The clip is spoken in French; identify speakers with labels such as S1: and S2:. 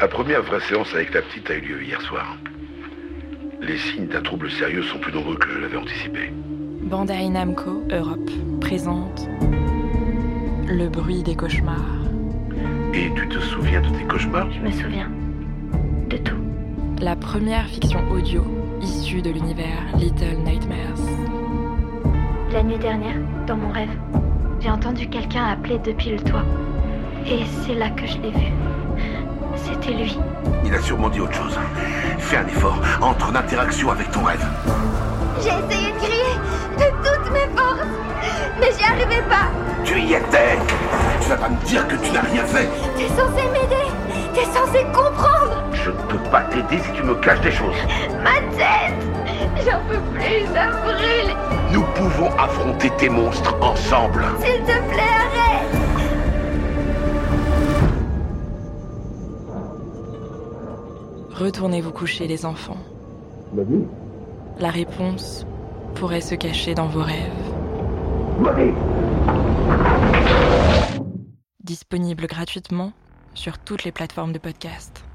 S1: Ma première vraie séance avec la petite a eu lieu hier soir. Les signes d'un trouble sérieux sont plus nombreux que je l'avais anticipé.
S2: Bandai Namco Europe présente Le bruit des cauchemars,
S1: Et tu te souviens de tes cauchemars
S3: Je me souviens de tout.
S2: la première fiction audio issue de l'univers Little Nightmares.
S3: La nuit dernière, dans mon rêve, j'ai entendu quelqu'un appeler depuis le toit. Et c'est là que je l'ai vu. C'était lui.
S4: Il a sûrement dit autre chose. Fais un effort, entre en interaction avec ton rêve.
S5: J'ai essayé de crier de toutes mes forces, mais j'y arrivais pas.
S4: Tu y étais Tu vas pas me dire que tu n'as rien fait
S5: T'es censé m'aider, t'es censé comprendre.
S4: Je ne peux pas t'aider si tu me caches des choses.
S5: Ma tête, j'en peux plus, ça brûle.
S4: Nous pouvons affronter tes monstres ensemble.
S5: S'il te plaît, arrête.
S2: Retournez vous coucher les enfants. La réponse pourrait se cacher dans vos rêves. Disponible gratuitement sur toutes les plateformes de podcast.